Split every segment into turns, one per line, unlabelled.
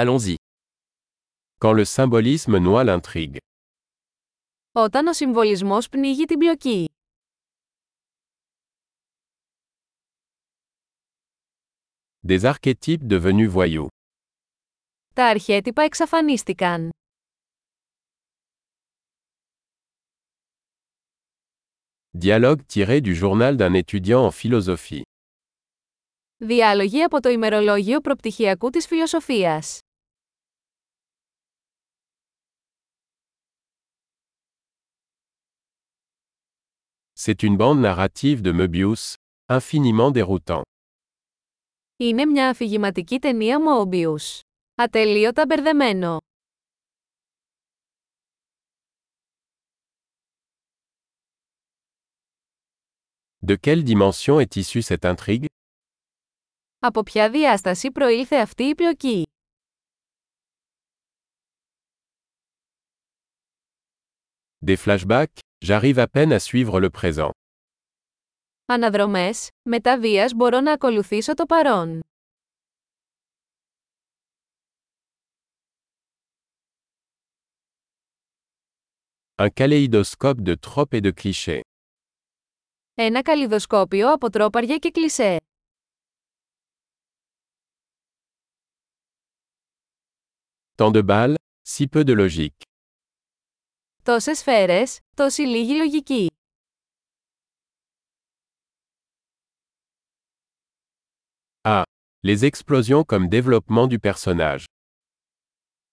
Allons-y. Quand le symbolisme noie l'intrigue.
Όταν ο συμβολισμός πνίγει την πλοκή.
Des archétypes devenus voyous.
Τα αρχέτυπα εξαφανίστηκαν.
Dialogue tiré du journal d'un étudiant en philosophie.
Διάλογοι από το ημερολόγιο προπτυχιακού της φιλοσοφίας.
C'est une bande narrative de Möbius, infiniment déroutant.
Είναι μια αφηγηματική ταινία Mobius. Ατελείωτα μπερδεμένο.
De quelle dimension est issue cette intrigue
Από ποια διάσταση προήλθε αυτή η πλοκή.
Des flashbacks J'arrive à peine à suivre le présent.
Αναδρομές, μετά βίας μπορώ να ακολουθήσω το παρόν.
Un kaléidoscope de tropes et de clichés.
Ένα καλλιδοσκόπιο από τρόπαρια και κλισέ.
Tant de balles, si peu de logique.
Τόσες σφαίρες, τόση λίγη λογική.
Les explosions comme développement du personnage.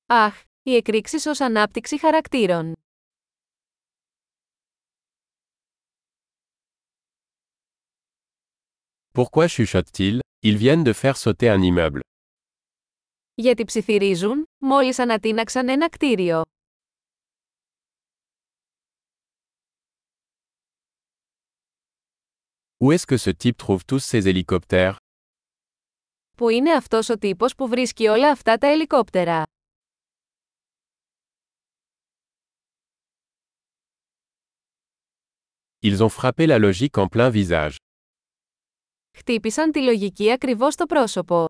Αχ, οι εκρήξεις ως ανάπτυξη χαρακτήρων.
Pourquoi chuchotent-ils Ils viennent de faire sauter un immeuble.
Γιατί ψιθυρίζουν, μόλις ανατείναξαν ένα κτίριο.
Où est-ce que ce type trouve tous ces hélicoptères
Πού είναι αυτός ο τύπος που βρίσκει όλα αυτά τα ελικόπτερα.
Ils ont frappé la logique en plein visage.
Χτύπησαν τη λογική ακριβώς στο πρόσωπο.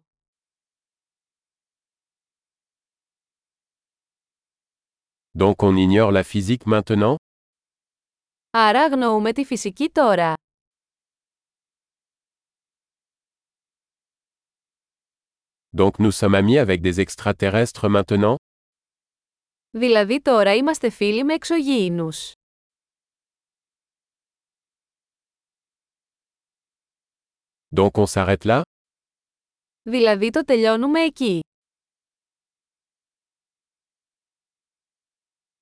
Donc on ignore la physique maintenant
Άρα αγνοούμε τη φυσική τώρα.
Donc nous sommes amis avec des extraterrestres maintenant
Δηλαδή τώρα είμαστε φίλοι με εξωγήινους.
Donc on s'arrête là
Δηλαδή το τελειώνουμε εκεί.